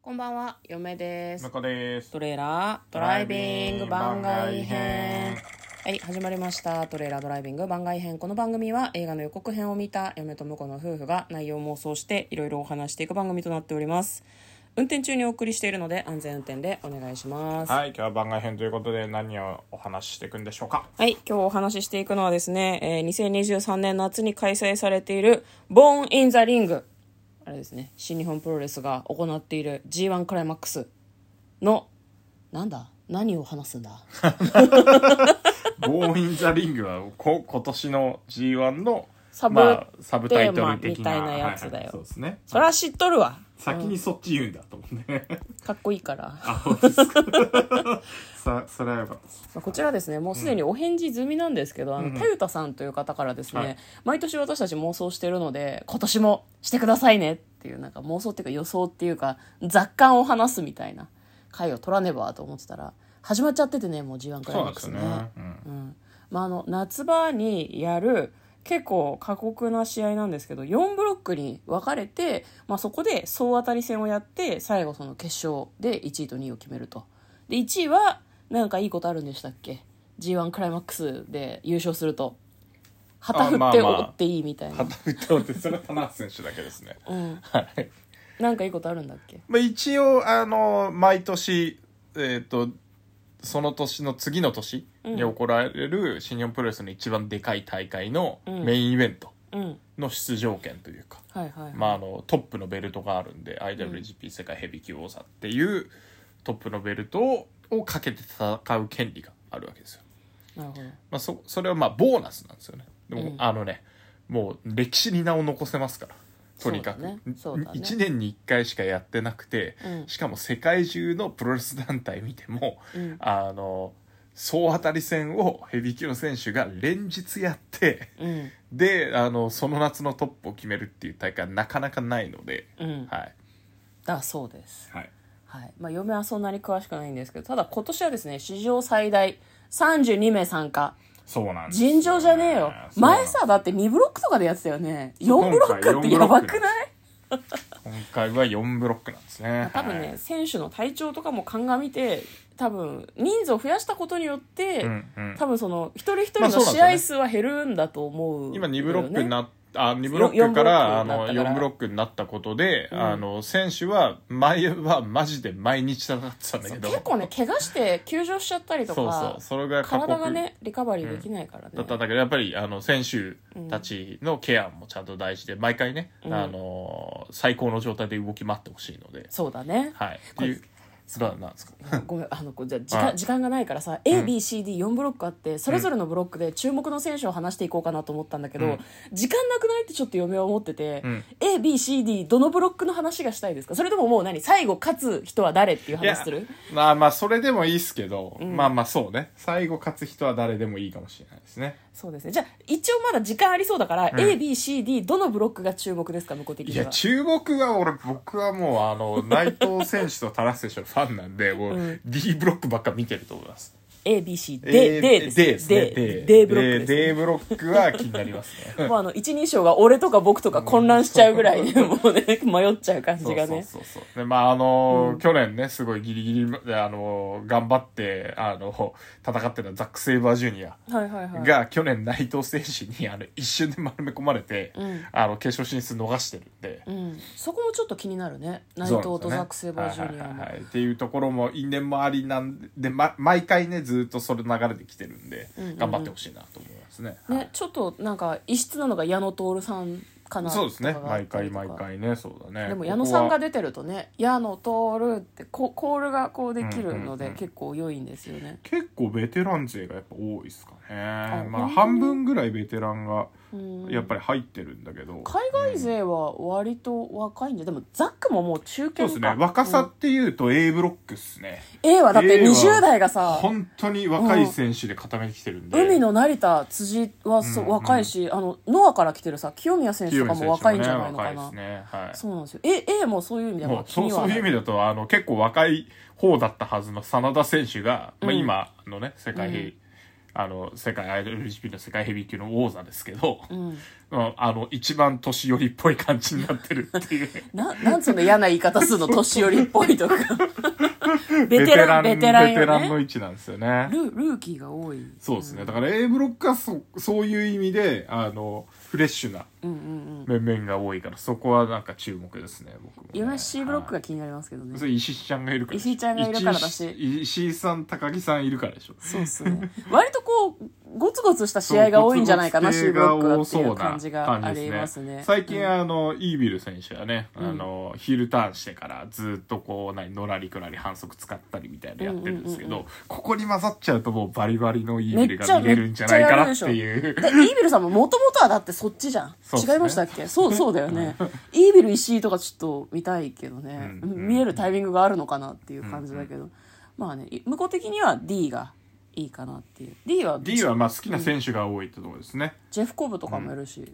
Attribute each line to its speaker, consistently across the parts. Speaker 1: こんばんは、嫁です
Speaker 2: 向。こうです
Speaker 1: トレーラードライビング番外編。はい、始まりました。トレーラードライビング番外編。この番組は映画の予告編を見た嫁と婿の夫婦が内容を妄想していろいろお話していく番組となっております。運転中にお送りしているので安全運転でお願いします。
Speaker 2: はい今日は番外編ということで何をお話ししていくんでしょうか
Speaker 1: はい、今日お話ししていくのはですね、えー2023年夏に開催されている、ボーン・イン・ザ・リング。あれですね、新日本プロレスが行っている G1 クライマックスの、なんだ何を話すんだ
Speaker 2: ボーイン・ザ・リングはこ今年の G1 の
Speaker 1: サブ
Speaker 2: まあ、サブタイトル的な
Speaker 1: テーマみたいなやつだよ
Speaker 2: はいはいそうですね
Speaker 1: それは知っとるわ。
Speaker 2: 先にそっち言うんだと思って、ね、
Speaker 1: かっこいいから。
Speaker 2: あそうですかさ それはよかったです
Speaker 1: まあこちらですねもうすでにお返事済みなんですけど、あの田ゆたさんという方からですね、
Speaker 2: はい
Speaker 1: 毎年私たち妄想してるので今年もしてくださいねっていうなんか妄想っていうか予想っていうか雑感を話すみたいな回を取らねばと思ってたら始まっちゃっててねもう G1 クライ
Speaker 2: そう
Speaker 1: マ
Speaker 2: な
Speaker 1: ッ
Speaker 2: んで
Speaker 1: ク
Speaker 2: す
Speaker 1: ス
Speaker 2: よ
Speaker 1: ね
Speaker 2: ね、うん
Speaker 1: うんまあ、あの夏場にやる結構過酷な試合なんですけど4ブロックに分かれて、まあ、そこで総当たり戦をやって最後その決勝で1位と2位を決めるとで1位はなんかいいことあるんでしたっけ g 1クライマックスで優勝すると旗振
Speaker 2: ま
Speaker 1: っ
Speaker 2: あ
Speaker 1: て
Speaker 2: まあ
Speaker 1: 折っていいみたいな、
Speaker 2: 旗振っておってそれは田中選手だけですね
Speaker 1: うん、
Speaker 2: はい
Speaker 1: なんかいいことあるんだっけ
Speaker 2: まあ、一応あの毎年、えー、とその年の次の年に行われる新日本プロレスの一番でかい大会の
Speaker 1: うん
Speaker 2: メインイベント
Speaker 1: うん
Speaker 2: の出場権というか、
Speaker 1: はいはい、
Speaker 2: まあ、あのトップのベルトがあるんで IWGP 世界ヘビー級王座っていうトップのベルトををかけて戦う権利があるわけですよ、
Speaker 1: なるほど
Speaker 2: まあ、そそれはまあボーナスなんですよねでも、
Speaker 1: うん
Speaker 2: あのねもう歴史に名を残せますからとにかく、
Speaker 1: そうだねそうだね
Speaker 2: 1年に1回しかやってなくて、
Speaker 1: うん
Speaker 2: しかも世界中のプロレス団体見ても、
Speaker 1: うん
Speaker 2: あの総当たり戦をヘビー級の選手が連日やって
Speaker 1: うん
Speaker 2: であのその夏のトップを決めるっていう大会はなかなかないので、
Speaker 1: うん
Speaker 2: はい、
Speaker 1: だそうです
Speaker 2: はい、
Speaker 1: はいまあ、嫁はそんなに詳しくないんですけどただ今年はですね史上最大32名参加
Speaker 2: そうなんですよ
Speaker 1: 尋常じゃねえよ
Speaker 2: そうなん
Speaker 1: 前さだって2ブロックとかでやってたよね4ブ
Speaker 2: 今
Speaker 1: ロ
Speaker 2: 回
Speaker 1: ックってやばくない
Speaker 2: 今回は4ブロックなんですね
Speaker 1: 多分ね、
Speaker 2: はい
Speaker 1: 選手の体調とかも鑑みて多分人数を増やしたことによって、
Speaker 2: うんうん
Speaker 1: 多分その一人一
Speaker 2: ま
Speaker 1: 人
Speaker 2: あそ
Speaker 1: の
Speaker 2: うなんです
Speaker 1: 試
Speaker 2: よね
Speaker 1: 合数は減るんだと思う、
Speaker 2: 今2ブロックに
Speaker 1: っ
Speaker 2: なっあ2ブロ
Speaker 1: よ
Speaker 2: ックから
Speaker 1: 四ブロックになったから
Speaker 2: あの4ブロックになったことで、
Speaker 1: うん
Speaker 2: あの選手は前はマジで毎日戦ってたんだけど
Speaker 1: 結構ね怪我して休場しちゃったりとか
Speaker 2: そうそうそれが過酷
Speaker 1: 体がねリカバリーできないからね、
Speaker 2: だったんだけどやっぱりあの選手たちのケアもちゃんと大事で毎回ね、
Speaker 1: うん
Speaker 2: あの最高の状態で動き回ってほしいので、
Speaker 1: そうだね
Speaker 2: はいっていうそれはなんですか
Speaker 1: ごめんあのこうじゃあ時間,、
Speaker 2: はい
Speaker 1: 時間がないからさ
Speaker 2: うん
Speaker 1: ABCD4 ブロックあってそれぞれのブロックで注目の選手を話していこうかなと思ったんだけど、
Speaker 2: うん
Speaker 1: 時間なくないってちょっと嫁は思ってて、
Speaker 2: うん
Speaker 1: ABCD どのブロックの話がしたいですかそれとももう何最後勝つ人は誰っていう
Speaker 2: いや
Speaker 1: 話する
Speaker 2: まあまあそれでもいいですけど、
Speaker 1: うん
Speaker 2: まあまあそうね最後勝つ人は誰でもいいかもしれないですね
Speaker 1: そうですねじゃあ一応まだ時間ありそうだから、
Speaker 2: ん
Speaker 1: ABCD どのブロックが注目ですか向こう的
Speaker 2: い
Speaker 1: に
Speaker 2: や
Speaker 1: は
Speaker 2: 注目は俺僕はもうあ の内藤選手と田中選手のファンなんでも
Speaker 1: う
Speaker 2: うん D ブロックばっか見てると思います、
Speaker 1: ABCD
Speaker 2: えー
Speaker 1: です
Speaker 2: でですね
Speaker 1: D
Speaker 2: で
Speaker 1: D ブロックです、
Speaker 2: で D ブロックは気になります ね
Speaker 1: もうあの一人称が俺とか僕とか混乱しちゃうぐらいね、もうね迷っちゃう感じ
Speaker 2: そう
Speaker 1: がね
Speaker 2: そうそうそうでまああの
Speaker 1: う
Speaker 2: ー
Speaker 1: ん
Speaker 2: 去年ねすごいギリギリまであのー頑張ってあの戦ってたザック・セイバージュニア
Speaker 1: はいはいはい
Speaker 2: が去年内藤選手にあの一瞬で丸め込まれて、
Speaker 1: うん
Speaker 2: あの決勝進出逃してるんで、
Speaker 1: うん、そこもちょっと気になるね内
Speaker 2: そう
Speaker 1: 藤
Speaker 2: なんですよね
Speaker 1: とザック・セイバージュニア
Speaker 2: はいはい
Speaker 1: も
Speaker 2: はいはいっていうところも因縁もありなんで、ま、毎回ねずっとそれ流れてきてるんで、
Speaker 1: うんうんうん
Speaker 2: 頑張ってほしいなと思いますね。はい
Speaker 1: ねちょっとなんか異質なのが矢野徹さんかな
Speaker 2: そうですね
Speaker 1: とかがあっ
Speaker 2: 毎
Speaker 1: たり
Speaker 2: 回
Speaker 1: とか
Speaker 2: 毎回ねそうだね
Speaker 1: でも矢野さんが
Speaker 2: こ
Speaker 1: 出てるとね矢野徹ってこコールがこうできるの
Speaker 2: うん
Speaker 1: で
Speaker 2: うんうん
Speaker 1: 結構良いんですよね、
Speaker 2: こは結構ベテラン勢がやっぱ多いですかねま
Speaker 1: 本当
Speaker 2: あ
Speaker 1: に
Speaker 2: 半分ぐらいベテランが
Speaker 1: うん
Speaker 2: やっぱり入ってるんだけど、
Speaker 1: 海外勢は割と若いんじゃでもザックももう中堅か
Speaker 2: そうですね若さっていうと A ブロックっすね、
Speaker 1: うん A はだって
Speaker 2: A は
Speaker 1: 20代がさ
Speaker 2: 本当に若い選手で固めてきてるんで、
Speaker 1: 海の成田辻はそう
Speaker 2: うんうん
Speaker 1: 若いし、あのノアから来てるさ清宮選手とかも若いんじゃないのか
Speaker 2: 清
Speaker 1: な、
Speaker 2: 水選手もね若いですねはい
Speaker 1: そうなんですよ A, A もそういう意味で
Speaker 2: も
Speaker 1: は
Speaker 2: うそう
Speaker 1: 君
Speaker 2: そ
Speaker 1: は
Speaker 2: ういう意味だとあの結構若い方だったはずの真田選手が、ま
Speaker 1: う
Speaker 2: あ、
Speaker 1: ん
Speaker 2: 今のね世界、
Speaker 1: うん
Speaker 2: あの世界 IWGP の世界ヘビー級の王座ですけど、
Speaker 1: うん、
Speaker 2: うんあの一番年寄りっぽい感じになってるっていう
Speaker 1: ななんそんな嫌な言い方するの年寄りっぽい とか ベテランベテラン
Speaker 2: ベテラ
Speaker 1: よ
Speaker 2: ンの
Speaker 1: ね
Speaker 2: 位置なんですよね
Speaker 1: ルルーキーが多い
Speaker 2: そうですねだ
Speaker 1: ん
Speaker 2: から A ブロックはそそういう意味であのフレッシュな
Speaker 1: うんうんうん
Speaker 2: 面々が多いからそこはなんか注目ですね僕もね
Speaker 1: 今 C ブロックが
Speaker 2: は
Speaker 1: 気になりますけど
Speaker 2: い
Speaker 1: ね
Speaker 2: それ石井ちゃんがいるから
Speaker 1: 石井ちゃんがいるからだし
Speaker 2: 石井石井さん高木さんいるからでしょ
Speaker 1: そうっすね。割とこう、ゴツゴツした試合が多いんじゃないかな、
Speaker 2: そう
Speaker 1: C ブロックは
Speaker 2: ゴ
Speaker 1: っ
Speaker 2: ツ
Speaker 1: て
Speaker 2: ゴ
Speaker 1: い
Speaker 2: ツ
Speaker 1: う感じ
Speaker 2: 系が
Speaker 1: が
Speaker 2: 多そうな
Speaker 1: あ
Speaker 2: 感じですね
Speaker 1: りますね。
Speaker 2: 最近、
Speaker 1: うん
Speaker 2: あのイービル選手はね、
Speaker 1: うん
Speaker 2: あのヒールターンしてからずっとこう何のらりくらり反則使ったりみたいなのやってるんですけど、
Speaker 1: うんうん
Speaker 2: ここに混ざっちゃうともうバリバリのイービルが見れるんじゃないかなっていう
Speaker 1: で、イービルさんももともとはだってそっちじゃん。
Speaker 2: そうっすね
Speaker 1: 違いましたっけ そう、そうだよね。イービル石井とかちょっと見たいけどね。
Speaker 2: うんうん
Speaker 1: 見えるタイミングがあるのかなっていう感じだけど。まあね、い向こう的には D がいいかなっていう。D は、
Speaker 2: D はまあ好きな選手が多いってところですね、
Speaker 1: ジェフコブとかもいるし。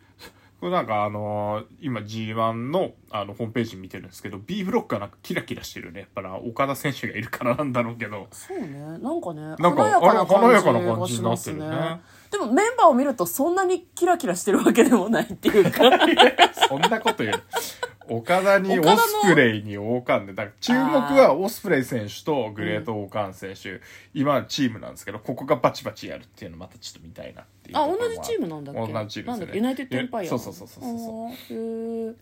Speaker 2: これなんかあのー今 G1 のあのホームページ見てるんですけど B ブロックはなんかキラキラしてるねやっぱな岡田選手がいるからなんだろうけど
Speaker 1: そうねなんかね
Speaker 2: なんか
Speaker 1: 華やかな
Speaker 2: あれ華やかな
Speaker 1: 感
Speaker 2: 感
Speaker 1: じがし
Speaker 2: じにな
Speaker 1: ま
Speaker 2: っ
Speaker 1: す
Speaker 2: てる
Speaker 1: ね
Speaker 2: ね
Speaker 1: でもメンバーを見るとそんなにキラキラしてるわけでもないっていうか
Speaker 2: そんなこと言う。岡田にオ
Speaker 1: 岡田の
Speaker 2: スプレイに王冠で、だから注目はオスプレイ選手とグレート王冠選手、今のチームなんですけど、ここがバチバチやるっていうのまたちょっと見たいなっていうと
Speaker 1: あ
Speaker 2: ころは。
Speaker 1: 同じチームなんだっけ
Speaker 2: 同じチーム
Speaker 1: なんだ
Speaker 2: ですね
Speaker 1: っけユナイテッドエンパイア
Speaker 2: そうそうそうそうそうそう。
Speaker 1: あーへー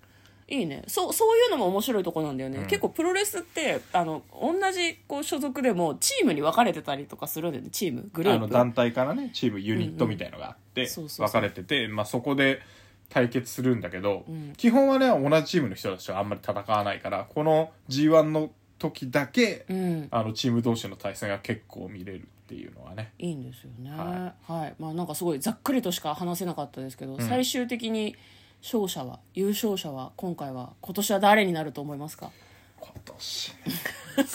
Speaker 1: いいねそうそういうのも面白いとこなんだよね、
Speaker 2: うん
Speaker 1: 結構プロレスってあの同じこう所属でもチームに分かれてたりとかするんだよねチームグル
Speaker 2: あ
Speaker 1: ープ
Speaker 2: の団体からね、チームユニットみたいのがあって、
Speaker 1: うんそうそうそう
Speaker 2: 分かれてて、まあそこで対決するんだけど、
Speaker 1: うん
Speaker 2: 基本はね、同じチームの人たちはあんまり戦わないから、この G1 の時だけ、
Speaker 1: うん
Speaker 2: あのチーム同士の対戦が結構見れるっていうのはね。
Speaker 1: いいんですよねは、
Speaker 2: はい
Speaker 1: まあなんかすごいざっくりとしか話せなかったですけど、
Speaker 2: ん
Speaker 1: 最終的に勝者は優勝者は今回は今年は誰になると思いますか
Speaker 2: 今年ね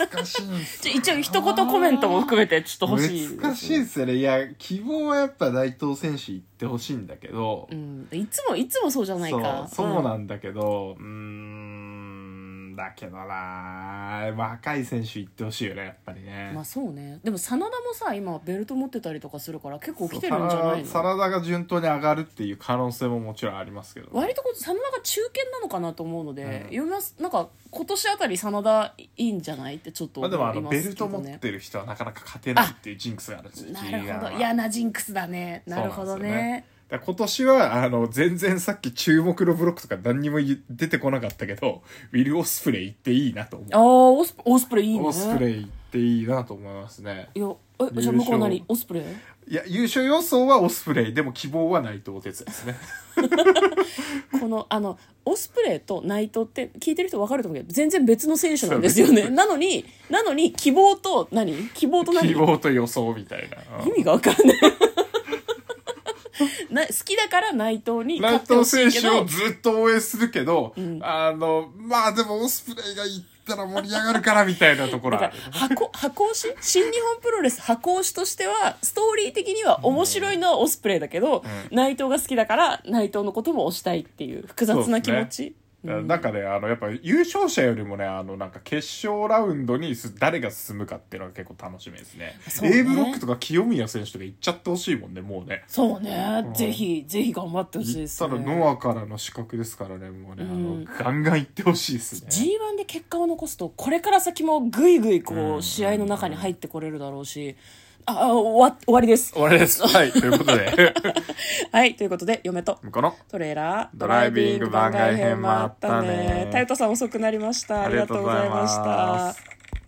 Speaker 2: 難しいんす
Speaker 1: ちょ 一応一言コメントも含めてちょっと欲しいです
Speaker 2: 難しいですよねいや希望はやっぱ内藤選手行ってほしいんだけど、
Speaker 1: うん、いつもいつもそうじゃないか
Speaker 2: そうそうなんんだけどうーんだけどなあ若い選手行ってほしいよねやっぱりね、
Speaker 1: まあそうねでも真田もさ今ベルト持ってたりとかするから結構来てるんじゃない
Speaker 2: そうサ
Speaker 1: の
Speaker 2: ラダが順当に上がるっていう可堅性ももちろんありますけど
Speaker 1: 割とこう真田が中堅なのかなと思うので、
Speaker 2: うん
Speaker 1: 読みますなんか今年あたり真田いいんじゃないってちょっと
Speaker 2: ま
Speaker 1: 思
Speaker 2: あ、
Speaker 1: い
Speaker 2: でも
Speaker 1: ま
Speaker 2: あ
Speaker 1: すけ
Speaker 2: の
Speaker 1: ど、ね
Speaker 2: ベルト持ってる人はなかなか勝てないっていうジンクスがあるんですよ
Speaker 1: な
Speaker 2: G1
Speaker 1: るほ
Speaker 2: は
Speaker 1: ど嫌なジンクスだねなるほど
Speaker 2: そうなんですよ
Speaker 1: ね
Speaker 2: だから今年はあの全然さっき注目のブロックとか何にも言出てこなかったけどウィル・オスプレイ行っていいなと思う
Speaker 1: ああオスオスプレイいいね
Speaker 2: オスプレイ行っていいなと思いますね
Speaker 1: いやえじゃあ向こう何
Speaker 2: 優勝
Speaker 1: オスプレイ
Speaker 2: いや優勝予想はオスプレイでも希望は内藤哲也ですね
Speaker 1: このあのオスプレイとナイトって聞いてる人分かると思うけど全然別の選手なんですよ
Speaker 2: そ
Speaker 1: ね
Speaker 2: う
Speaker 1: なのになのに希望と何希望と何
Speaker 2: 希望と予想みたいなう
Speaker 1: 意
Speaker 2: ん
Speaker 1: 味が分かんない な好きだから内藤に
Speaker 2: 内
Speaker 1: 勝ってほ
Speaker 2: 藤
Speaker 1: しい
Speaker 2: 選
Speaker 1: け
Speaker 2: 手
Speaker 1: ど
Speaker 2: をずっと応援するけど、
Speaker 1: ん
Speaker 2: あのまあでもオスプレイが行ったら盛り上がるからみたいなとこ
Speaker 1: だ
Speaker 2: ろ
Speaker 1: か
Speaker 2: あ
Speaker 1: ら
Speaker 2: る
Speaker 1: 箱箱推し新日本プロレス箱推しとしてはストーリー的には面白いのはオスプレイだけど、
Speaker 2: う
Speaker 1: 内藤が好きだから内藤のことも推したいっていう複雑な気持ち、うん
Speaker 2: なんかね、あの、やっぱ優勝者よりもね、あの、なんか決勝ラウンドにす誰が進むかっていうのが結構楽しみですね。
Speaker 1: そうね
Speaker 2: A ブロックとか清宮選手とか行っちゃってほしいもんね、もうね。
Speaker 1: そうね、
Speaker 2: ん
Speaker 1: ぜひぜひ頑張ってほしいで
Speaker 2: 行っ
Speaker 1: す
Speaker 2: た
Speaker 1: ね
Speaker 2: らノアからの資格ですからね、もう
Speaker 1: う
Speaker 2: ね、あ
Speaker 1: ん
Speaker 2: の、ガンガン行ってほしいですね。
Speaker 1: G1 で結果を残すとこれから先もぐいぐいこ
Speaker 2: う
Speaker 1: うん試合の中に入ってこれるだろうし、ああ終わ終わりです
Speaker 2: 終わりです。はい、ということ で、
Speaker 1: はいということで嫁と
Speaker 2: 向こうの。
Speaker 1: トレーラード
Speaker 2: ドライビング番外編もあったね
Speaker 1: タイトさん遅くなりましたありがとうございまし
Speaker 2: ありがとうござい
Speaker 1: た
Speaker 2: ます